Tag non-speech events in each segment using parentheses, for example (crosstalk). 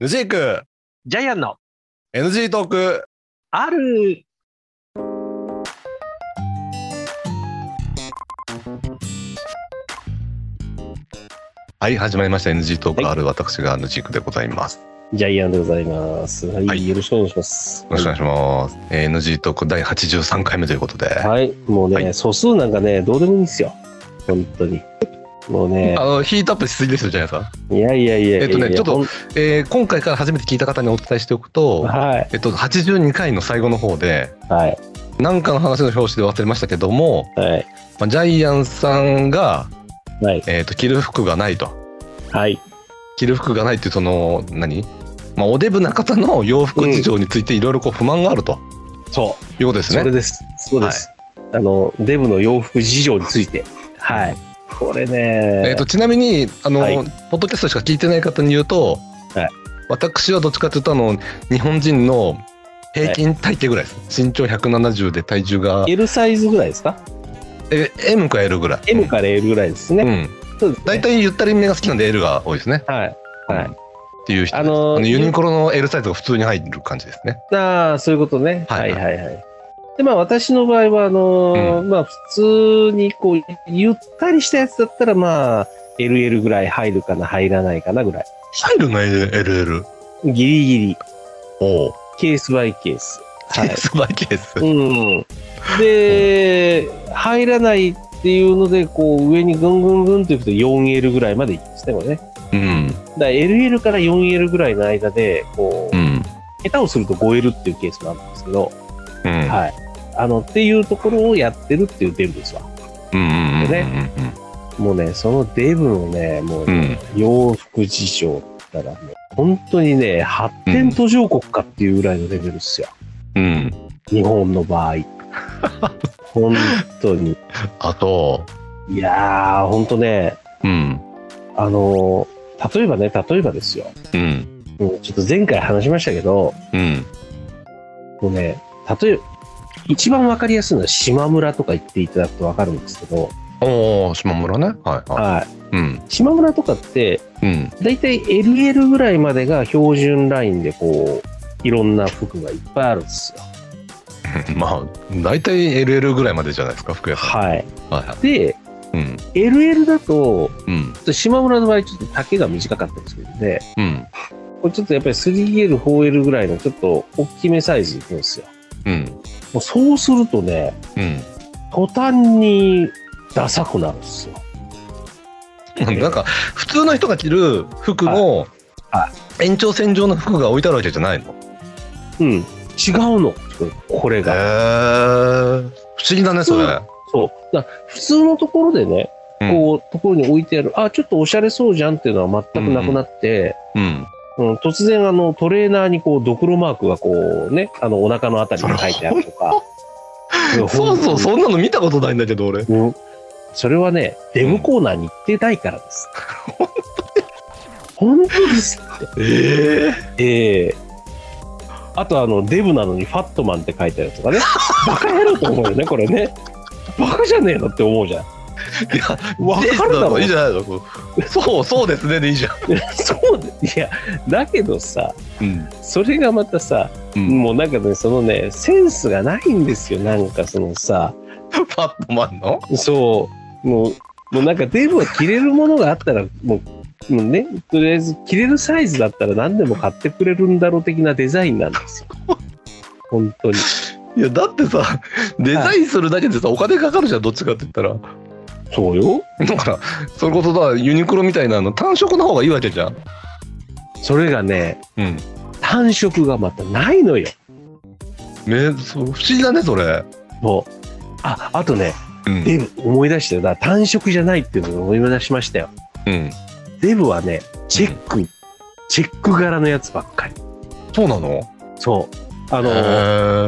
ヌジークジャイアンの NG トークあるはい始まりました NG トーはクいある、私がヌジークでございますジャイアンでございます。はい、はいよろしくお願いします。よろしくお願いします、えー NG トーク第83回目ということで、はい、もうね、はい素数なんかね、どうでもいいんですよ。本当に。もうねあ、のヒートアップしすぎですよジャイアンさん、いやいやいやいやいやえっとねちょっとほんえー今回から初めて聞いた方にお伝えしておくと、はい、えっと、82回の最後の方ではい、何かの話の表紙で忘れましたけども、はい、まあ、ジャイアンさんが、はい、えー、と着る服がないとはい、着る服がないっていうその何、まあ、おデブ中田の洋服事情についていろいろこう不満があるとそいうことでう、すね、それです。そうです。あの、デブの洋服事情について。はい。これね、えー、とちなみにあの、はいポッドキャストしか聞いてない方に言うと、はい私はどっちかというとあの日本人の平均体型ぐらいです、身長170で体重が L サイズぐらいですかえ M か L ぐらい ?M から L ぐらいですうね。んそうですね大体、ゆったりめが好きなんで L が多いですねはい。はい。っていう人です、あのーユニクロの L サイズが普通に入る感じですねああ、そういうことね。ははいいはいはい。で、まあ私の場合は、あのーまあ普通にこう、ゆったりしたやつだったら、まあ、LL ぐらい入るかな、入らないかなぐらい。入るの LL ギリギリ。おおケースバイケース。ケはいー。スバイケース、うん。で、入らないっていうので、こう、上にぐんぐんぐんといくと 4L ぐらいまでいきますね、これね。うんだから LL から 4L ぐらいの間で、こうう、ん下手をすると 5L っていうケースもあるんですけど、うんはい。あの、っていうところをやってるっていうデブですわ。うんうんうんうんもうね、そのデブのね、もううんうね、ん洋服事情ったら、ね、本当にね、発展途上国かっていうぐらいのレベルですよ。うん日本の (laughs) 場合。本当に。あといやー、本当ね、うんあのー、例えばね、例えばですよ。うんうんちょっと前回話しましたけど、うんもうね、例えば、一番わかりやすいのは島村とか言っていただくとわかるんですけど、おお島村ねはいははいうんい。島村とかって、うん (laughs) 大体 LL ぐらいまでが標準ラインでこういろんな服がいっぱいあるんですよ。まあ大体 LL ぐらいまでじゃないですか服屋さんはい、はいはいでうん LL だとうん島村の場合ちょっと丈が短かったりするんでうんこれちょっとやっぱり 3L4L ぐらいのちょっと大きめサイズいくんですよ。うんもうそうするとねう途端にダサくなるんですよ。んなんか普通の人が着る服のは延長線上の服が置いてあるわけじゃないのうん違うのこれへえが。不思議だねそれそうだから普通のところでねうんこうところに置いてあるあちょっとおしゃれそうじゃんっていうのは全くなくなって。うんうん、突然あのトレーナーにこうドクロマークがこうねあのお腹のあたりに書いてあるとかそうそううそんなの見たことないんだけど俺そ,、うん、それはねデブコーナーに行ってないからです、本当ですええええあとあのデブなのにファットマンって書いてあるとかねバカやろと思うよねこれねバカじゃねえのって思うじゃんいやわかるだろいいじゃないのこうそうそうですねでいいじゃんそうだいやだけどさうんそれがまたさ、うんもうなんかねそのねセンスがないんですよなんかそのさパッとマンのそう、もう、もうなんかデブは着れるものがあったら、もう、もうね、とりあえず着れるサイズだったら何でも買ってくれるんだろう的なデザインなんですよ。本当に。いやだってさデザインするだけでさお金かかるじゃんどっちかって言ったらそうよ。だからそれこそだからユニクロみたいなの単色の方がいいわけじゃんそれがね、うん単色がまたないのよ。ねそう不思議だねそれもう。あ、あとね、うんデブ思い出したよ。だから単色じゃないっていうのを思い出しましたよ。うんデブはね、チェック、チェック柄のやつばっかり。そうなのそう。あの、へ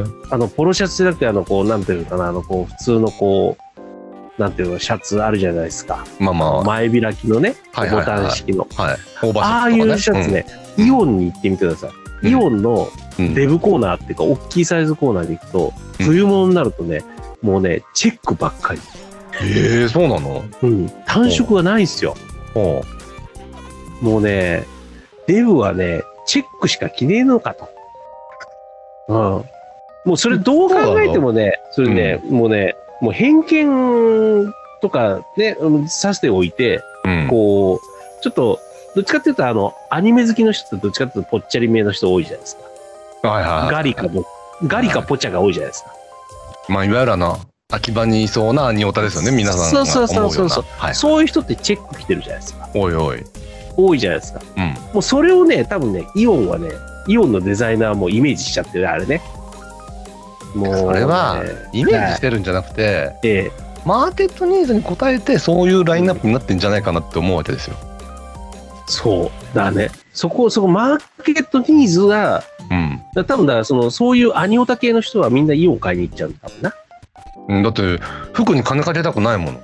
ーあの、ポロシャツじゃなくて、あの、こう、なんていうのかな、あの、こう、普通のこう、なんていうの、シャツあるじゃないですか。まあまあ前開きのね、はいはいはいボタン式の。はいオーバああーいシャツとかねうシャツね、うんイオンに行ってみてください。うんイオンのうんデブコーナーっていうか、大きいサイズコーナーに行くと、うん冬物になるとね、もうね、チェックばっかり。へえそうなのうん。単色がないんですよ。ほもうね、デブはね、チェックしか着ねえのかと。うん。もうそれどう考えてもね、それね、もうね、もう偏見とかね、うんさしておいて、うん。こう、ちょっと、どっちかっていうと、あの、アニメ好きの人ってどっちかっていうとぽっちゃりめの人多いじゃないですか。はいはいはガリかも、ガリかポチャが多いじゃないですか。い。まあ、いわゆるあの、秋葉にいそうなニオタですよね、皆さんが思うような。そうそうそうそうはい。そういう人ってチェック着てるじゃないですか。おいおい。多いじゃないですか。うん。もうそれをね、多分ね、イオンはね、イオンのデザイナーもイメージしちゃってる、あれね。もう、ね、それはイメージしてるんじゃなくて、ええマーケットニーズに応えて、そういうラインナップになってんじゃないかなって思うわけですよ。そう。だからね、そこ、そこ、マーケットニーズが、うん。だ多分だからその、そういうアニオタ系の人はみんなイオン買いに行っちゃうんだもんな。うんだって服に金かけたくないもの。だ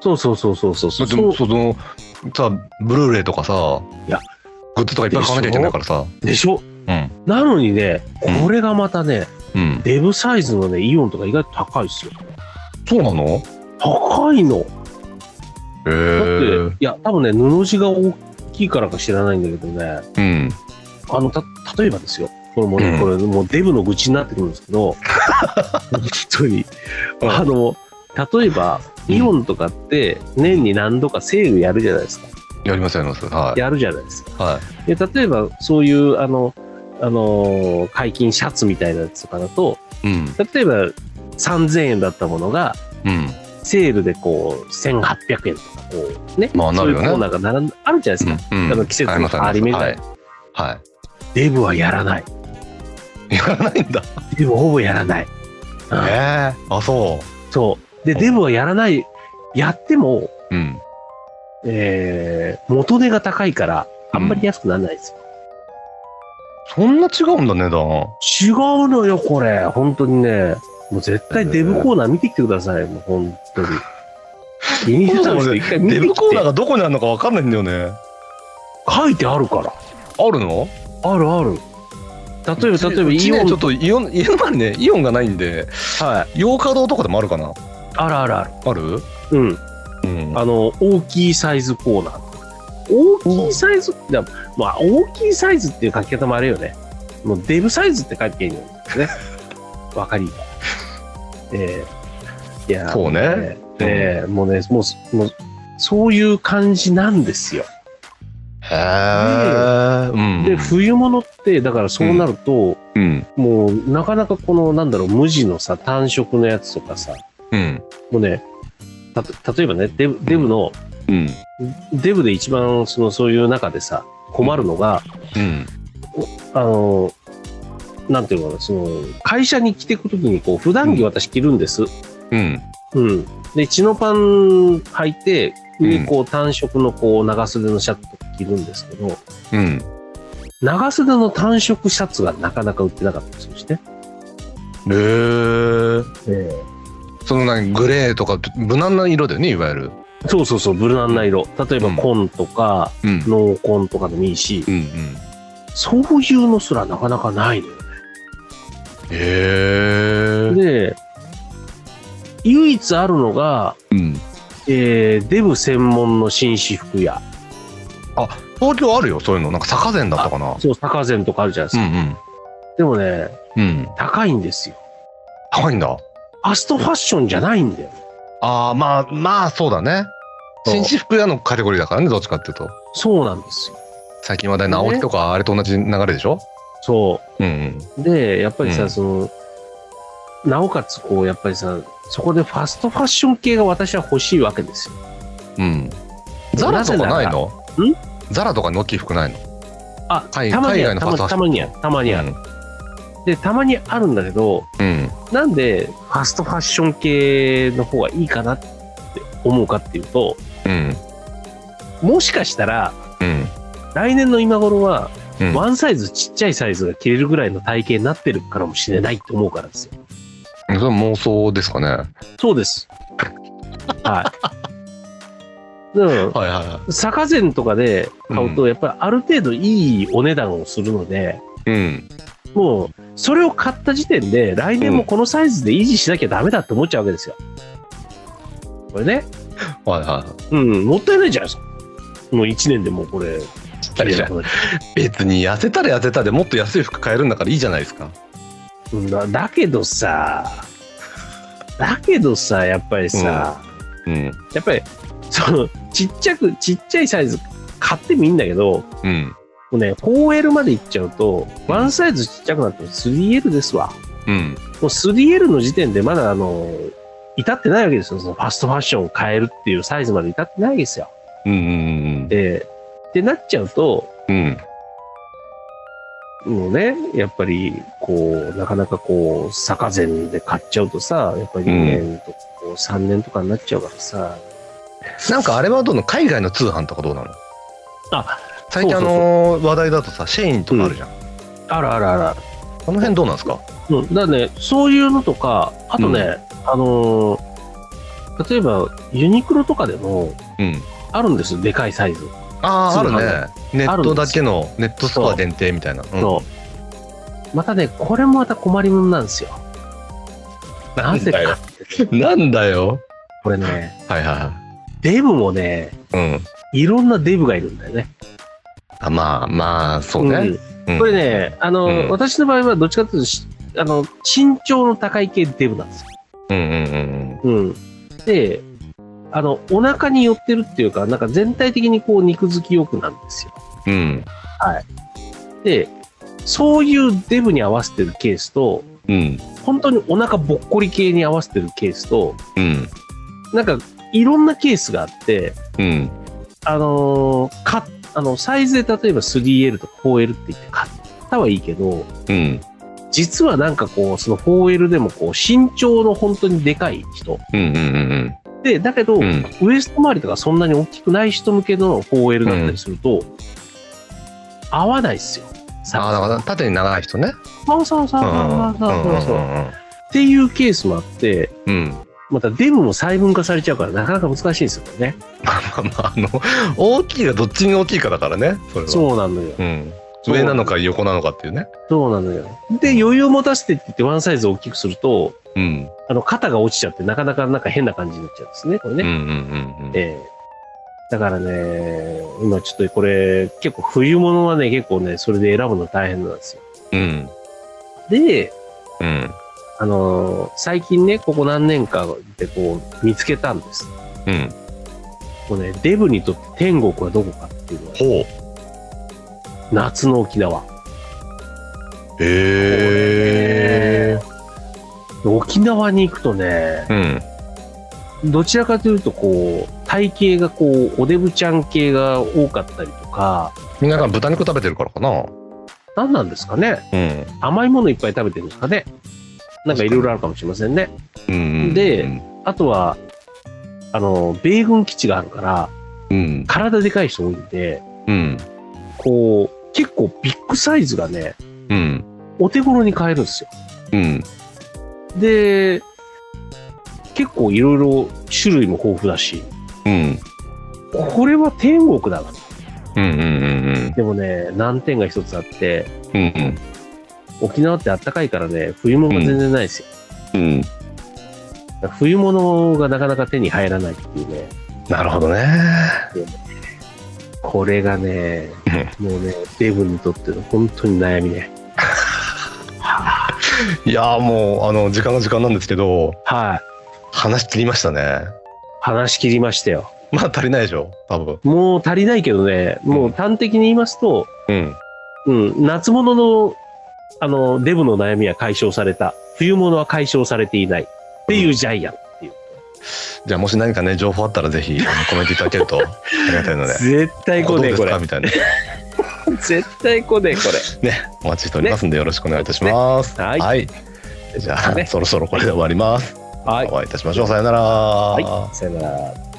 そうそうそうそうそうそっう。てそのさブルーレイとかさいやグッズとかいっぱい買わなきゃいけないからさ。でしょうんなのにね、うんこれがまたね、うん。デブサイズのね、イオンとか意外と高いですよ。そうなの？高いの。ええだって、いや、多分ね、布地が大きいからか知らないんだけどね、うん。あの、た、例えばですよ。これもうね、うんこれもうデブの愚痴になってくるんです (laughs) けど、本当に。うんあの、例えば、うんイオンとかって年に何度かセールやるじゃないですか。やりますやります。はいやるじゃないですか。はで、例えば、そういう、あの、あのー、解禁シャツみたいなやつとかだと、い。うん例えば3000円だったものが、うん。セールでこう、1800円とか、こう、ね。まあなるよねそういうコーナーが並んあるじゃないですか。うんあの季節のあります変わり目がありますはい。はデブはやらない。い。 (laughs) やらないんだ。デブほぼやらない。うんええ。あそそう。で、うんデブはやらない、やっても、う。うん。えー、元値が高いから、あんまり安くならないですよ。そんな違うんだ値段。違うのよ、これ。本当にね。もう絶対デブコーナー見てきてください。もう本当 (laughs) に。気になる人一回見デてきブて。コーナーがどこにあるのかわかんないんだよね。書いてあるから。あるの？あるある。例えば、例えば、うちイねオンちょっとイオンイオンまでねイオンがないんではい。洋華堂とかでもあるかなあるあるある。あるうん。うんあの、大きいサイズコーナー。大きいサイズ、だまあ、大きいサイズっていう書き方もあれよね。もうデブサイズって書いていいんですね。 (laughs) わかり。ええいや、そうねええええもうね、もう、もう、そういう感じなんですよ。へえうんで、冬物って、だからそうなると、うんもう、なかなかこの、なんだろう、無地のさ、単色のやつとかさ、うんもうね、たと、例えばね、デブデブの、うんデブで一番、その、そういう中でさ、困るのが、うんあの、なんていうのかな、その、会社に着てくときに、こう、普段着私着るんです。うんうん。で、チノパン履いて、う上、んこう、単色の、こう、長袖のシャツとか着るんですけど、うん長袖の単色シャツがなかなか売ってなかったりするしね。へええその何グレーとか無難な色だよねいわゆるそうそうそう、ブルナンな色。例えば、うん紺とか、うん濃紺とかでもいいしう、んうんそういうのすらなかなかないのよ。へえで、唯一あるのが、うんえー、デブ専門の紳士服屋。東京あるよそういうのなんか坂膳だったかなそう、高膳とかあるじゃないですうか。んでもね、うんうん高いんですよ。高いんだファストファッションじゃないんだよ。ああまあまあそうだねそう紳士服屋のカテゴリーだからねどっちかっていうとそうなんですよ。最近話題の青木とかあれと同じ流れでしょそうんうんう。で、やっぱりさ、うんその、なおかつこう、やっぱりさ、そこでファストファッション系が私は欲しいわけですよ。うん。ザラとかないのんザラとかに大きい服ないのあ、海たまにあ海外る、のフたァまストファッションたまにある、たまにある、で、たまにあるんだけど、うん。なんでファストファッション系の方がいいかなって思うかっていうと、うん。もしかしたら、うん。来年の今頃は、うんワンサイズちっちゃいサイズが着れるぐらいの体型になってるからもしれないと思うからですよ。それは妄想ですかね。はそ (laughs) うです。はい。うん。いは坂膳とかで買うと、やっぱりある程度いいお値段をするので、い。うん。もう、それを買った時点で、来年もこのサイズで維持しなきゃダメだって思っちゃうわけですよ。これね。はいはうん、もったいないじゃないですか。もう1年でもうこれ、い。ったりじゃん別に痩せたら痩せたでもっと安い服買えるんだからいいじゃないですかうんだだけどさだけどさやっぱりさ、うんやっぱりそのちっちゃくちっちゃいサイズ買ってもいいんだけどもうんうね 4L までいっちゃうとワンサイズちっちゃくなっても 3L ですわもうんう 3L の時点でまだあの至ってないわけですよそのファストファッションを変えるっていうサイズまで至ってないわけですようんうんでってなっちゃうとうんうんもうねやっぱりこうなかなかこう坂膳で買っちゃうとさやっぱり2年とかこう3年とかになっちゃうからさ、なんかあれはどうなの海外の通販とかどうなのあ最近あそうそうの話題だとさシェインとかあるじゃん、あらあらあらこの辺どうなんですかうん、だからね、そういうのとか、あとね、うあのー例えばユニクロとかでもうんあるんですよ、でかいサイズ。ああある通販ねねネットだけのネットストア限定みたいな、うんそうまたね、これもまた困りもんなんですよ。なぜかっていうとなんだよこれね、はいはデブもね、いはいうんいろんなデブがいるんだよね。あまあまあそうね、うんんこれね、あのーうん私の場合はどっちかというとし、あの身長の高い系デブなんですよ。うんうんうんうん。で、あの、お腹に寄ってるっていうか、なんか全体的にこう肉付き良くなんですよ。うんうんで、そういうデブに合わせてるケースと、うん本当にお腹ぼっこり系に合わせてるケースと、うんなんかいろんなケースがあって、うんあのーか、あの、サイズで例えば 3L とか 4L って言って買ったはいいけど、うん実はなんかこう、その 4L でもこう、身長の本当にでかい人。うんうんうんで、だけど、うんうんウエスト周りとかそんなに大きくない人向けの 4L だったりすると、合わないっすよ。ああだから縦に長い人ねそうそうそううんうそうそうそう。っんていうケースもあって、うん (laughs) うんまたデブも細分化されちゃうからなかなか難しいんですよね。まあまあまああの大きいがどっちに大きいかだからねそれはそうなのよ。うん、上なのか横なのかっていうねそうなのよ。で、余裕を持たせてって言ってワンサイズ大きくすると、うんあの、肩が落ちちゃってなかなかなんか変な感じになっちゃうんですね、こうれんうね。んうんうんええだからね、今ちょっとこれ、結構冬物はね、結構ね、それで選ぶの大変なんですよ。うんで、うんあのー最近ね、ここ何年かでこう見つけたんです。うんこうね、デブにとって天国はどこかっていうのは、ほう夏の沖縄。へえ沖縄に行くとね、うんどちらかというとこう、体型がこう、おデブちゃん系が多かったりとか、みんなが豚肉食べてるからかな何なんですかねうん甘いものいっぱい食べてるんですかねなんかいろいろあるかもしれませんね。うんであとは、あの、米軍基地があるから、うん体でかい人多いんで、うんこう、結構ビッグサイズがね、うんお手頃に買えるんですよ。うんで、結構いろいろ種類も豊富だし、うんこれは天国だな。うんうんうんでもね、難点が一つあって、うんうん沖縄って暖かいからね、冬物が全然ないですよ。うんだから冬物がなかなか手に入らないっていうね、なるほどねこれがね、もうね、デブにとっての本当に悩みね。いやーもうあの時間が時間なんですけどはい。話切りましたね話し切りましたよ。まあ足りないでしょ多分もう足りないけどね、もう端的に言いますと、うんうん、夏物の、あの、デブの悩みは解消された。冬物は解消されていない。っていうジャイアンっていう。じゃあもし何かね情報あったらぜひあのコメントいただけるとありがたいので絶対ここど来うでねえ、すこれか。みたいな絶対来ねえ、こ (laughs) れ。ねお待ちしておりますんでよろしくお願いいたしますはい。はいじゃあねそろそろこれで終わりますはいお。会いいたしましょうさよならはい。さよなら。